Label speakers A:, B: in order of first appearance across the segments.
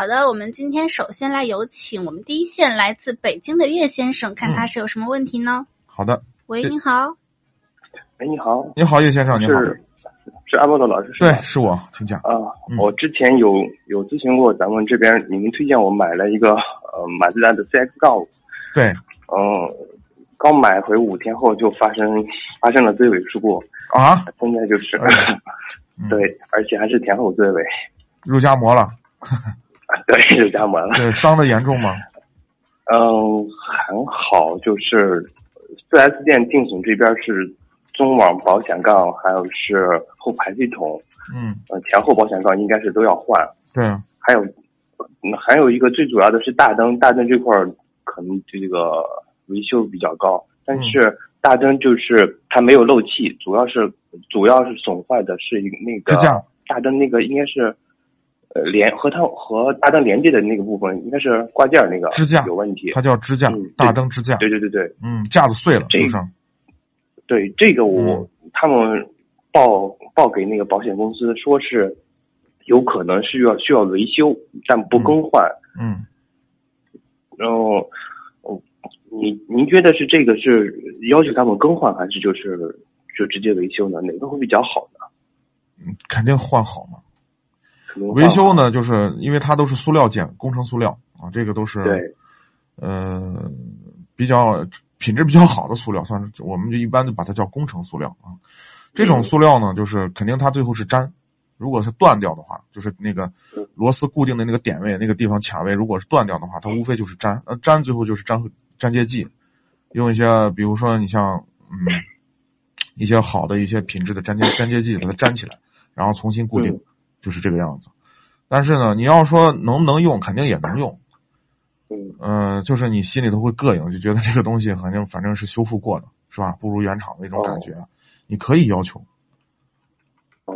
A: 好的，我们今天首先来有请我们第一线来自北京的岳先生，看他是有什么问题呢？
B: 好的，
A: 喂，
B: 这
A: 你好，
C: 哎，你好，
B: 你好，叶先生，你好，
C: 是是阿波罗老师是吧？
B: 对，是我，请讲。
C: 啊
B: 嗯，
C: 我之前有有咨询过咱们这边，你们推荐我买了一个呃马自达的 CX 杠五，
B: 对，
C: 嗯，刚买回五天后就发生发生了追尾事故，
B: 啊，
C: 现在就是、
B: 嗯
C: 对，而且还是前后追尾，
B: 肉夹馍了，
C: 对，有加门了。
B: 对，伤的严重吗？
C: 嗯，很好，就是四 S 店定损这边是中网保险杠，还有是后排系统，
B: 嗯，
C: 呃，前后保险杠应该是都要换，
B: 对，
C: 还有，嗯还有一个最主要的是大灯，大灯这块儿可能这个维修比较高，但是大灯就是它没有漏气，主要是主要是损坏的是一个那
B: 支
C: 个
B: 架
C: 大灯那个应该是。呃，连和它和大灯连接的那个部分应该是挂件儿那个
B: 支架
C: 有问题，
B: 它叫支架
C: 嗯，对
B: 大灯支架，
C: 对对对对
B: 嗯，架子碎了，
C: 这
B: 是不是？
C: 对，这个我、他们报报给那个保险公司说是有可能是要需要维修，但不更换。
B: 嗯，
C: 然后，哦您您觉得是这个是要求他们更换，还是就是就直接维修呢？哪个会比较好呢？
B: 肯定换好嘛。
C: 可能
B: 维修
C: 换
B: 呢，就是因为它都是塑料件，工程塑料啊，这个都是
C: 对
B: 呃比较品质比较好的塑料，算是我们就一般就把它叫工程塑料啊。这种
C: 嗯
B: 塑料呢，就是肯定它最后是粘，如果是断掉的话，就是那个
C: 嗯
B: 螺丝固定的那个点位那个地方卡位，如果是断掉的话，它无非就是粘，呃，粘最后就是粘粘接剂，用一些比如说你像嗯一些好的一些品质的粘接粘接剂把它粘起来，然后重新固定，
C: 嗯
B: 就是这个样子。但是呢，你要说能不能用，肯定也能用，
C: 嗯
B: 嗯，就是你心里头会膈应，就觉得这个东西反正反正是修复过的，是吧？不如原厂的一种感
C: 哦
B: 觉。你可以要求，
C: 嗯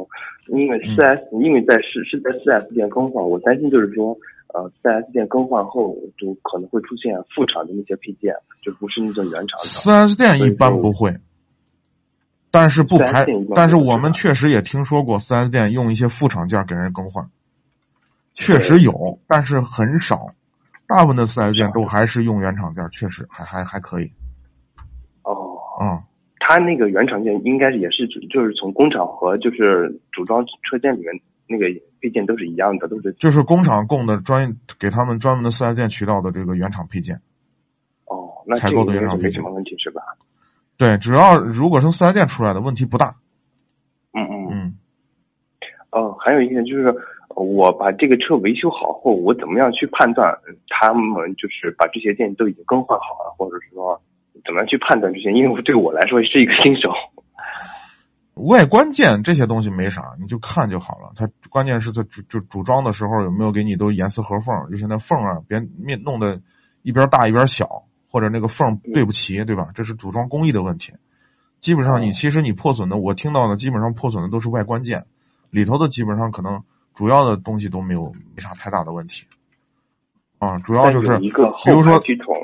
C: 因为
B: 嗯
C: 四 S、因为在是是在四 S 店更换，我担心就是说呃四 S 店更换后就可能会出现副厂的那些配件，就不是那种原厂的。
B: 四 S 店一般不会，但是不
C: 4S
B: 排
C: 店一般不，会
B: 但是我们确实也听说过四 S 店用一些副厂件给人更换，确实有，但是很少，大部分的四 S 店都还是用原厂件，确实还还还可以
C: 哦，
B: 啊、嗯
C: 它那个原厂件应该也是就是从工厂和就是组装车间里面那个配件都是一样的，都是
B: 就是工厂供的专业给他们专门的四 S 店渠道的这个原厂配件。
C: 哦，那
B: 采
C: 这
B: 购
C: 个
B: 的
C: 应
B: 原
C: 该
B: 厂配
C: 是没
B: 件
C: 什么问题是吧？
B: 对，只要如果是四 S 店出来的问题不大，
C: 嗯嗯。
B: 嗯。
C: 哦，还有一点就是，呃我把这个车维修好后，我怎么样去判断呃他们就是把这些件都已经更换好了，或者是说怎么样去判断这些？因为我对我来说是一个新手。
B: 外观件这些东西没啥，你就看就好了。它关键是它组就组装的时候有没有给你都严丝合缝，就像那缝啊，别面弄得一边大一边小，或者那个缝对不齐，对吧？这是组装工艺的问题。基本上你
C: 哦
B: 其实你破损的，我听到的基本上破损的都是外观件，里头的基本上可能主要的东西都没有没啥太大的问题。啊，主要
C: 但
B: 就是
C: 有一个
B: 比
C: 后
B: 如说
C: 排系统，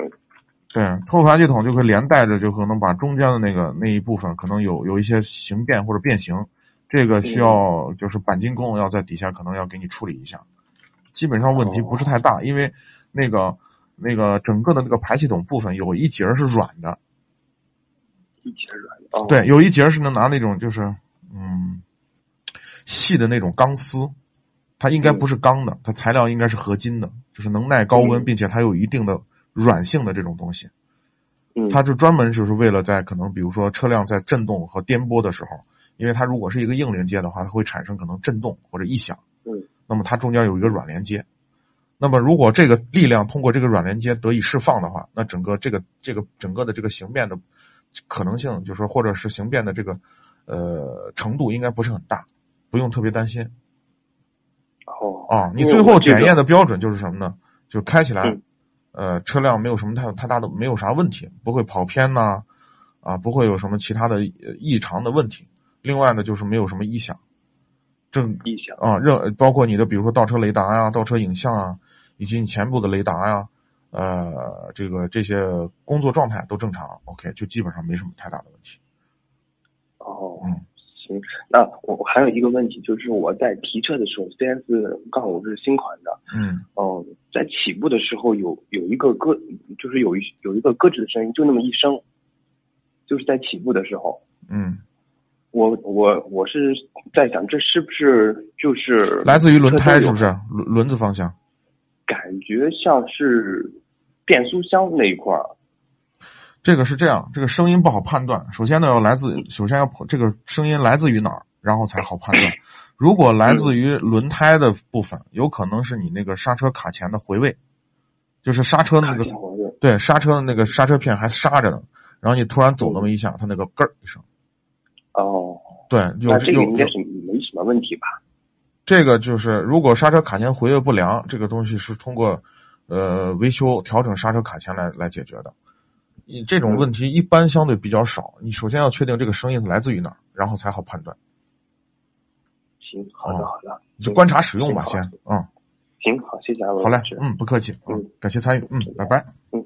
B: 对，后排系统就会连带着就可能把中间的那个那一部分可能有有一些形变或者变形，这个需要就是钣金工要在底下可能要给你处理一下，基本上问题不是太大，因为那个那个整个的那个排系统部分有一节儿是软的，
C: 一节软的。哦，
B: 对，有一节儿是能拿那种就是嗯细的那种钢丝，它应该不是钢的，它材料应该是合金的，就是能耐高温，
C: 嗯
B: 并且它有一定的软性的这种东西。
C: 嗯，
B: 它是专门就是为了在可能比如说车辆在震动和颠簸的时候，因为它如果是一个硬连接的话，它会产生可能震动或者异响。
C: 嗯，
B: 那么它中间有一个软连接，那么如果这个力量通过这个软连接得以释放的话，那整个这个这个整个的这个形变的可能性，就是说或者是形变的这个呃程度应该不是很大，不用特别担心
C: 哦
B: 啊。你
C: 因为
B: 最后
C: 我这
B: 检
C: 个
B: 验的标准就是什么呢？就开起来。
C: 嗯
B: 呃，车辆没有什么太太大的，没有啥问题，不会跑偏呐、啊，不会有什么其他的呃异常的问题。另外呢，就是没有什么异响，正
C: 异响。
B: 啊，任包括你的比如说倒车雷达呀、倒车影像啊，以及你前部的雷达呀、呃，这个这些工作状态都正常，OK，就基本上没什么太大的问题。
C: 哦，
B: 嗯
C: 行，那我我还有一个问题，就是我在提车的时候，CS 杠五是新款的，
B: 嗯
C: 嗯，在起步的时候有有一个咯，就是有一有一个咯吱的声音，就那么一声，就是在起步的时候，
B: 嗯，
C: 我我我是在想，这是不是就是
B: 来自于轮胎是
C: 车都有
B: 不是？轮轮子方向？
C: 感觉像是变速箱那一块儿，
B: 这个是这样，这个声音不好判断。首先呢，要来自，首先要这个声音来自于哪儿，然后才好判断。如果来自于轮胎的部分，有可能是你那个刹车卡钳的回位，就是刹车那
C: 卡
B: 个
C: 钳活跃，
B: 对刹车的那个刹车片还刹着呢，然后你突然走那么一下，它那个咯儿一声。
C: 哦，
B: 对，有
C: 那这个
B: 有
C: 应该
B: 有
C: 是没什么问题吧？
B: 这个就是，如果刹车卡钳回位不良，这个东西是通过呃维修调整刹车卡钳来来解决的。你这种问题一般相对比较少，你首先要确定这个声音来自于哪儿，然后才好判断。
C: 行，好的
B: 哦
C: 好的，
B: 你就观察使用吧，
C: 嗯好
B: 先，嗯，
C: 行好，谢谢阿文啊
B: 好嘞
C: 老师，
B: 嗯，不客气，嗯
C: 嗯，
B: 感谢参与，嗯，拜拜。
C: 嗯。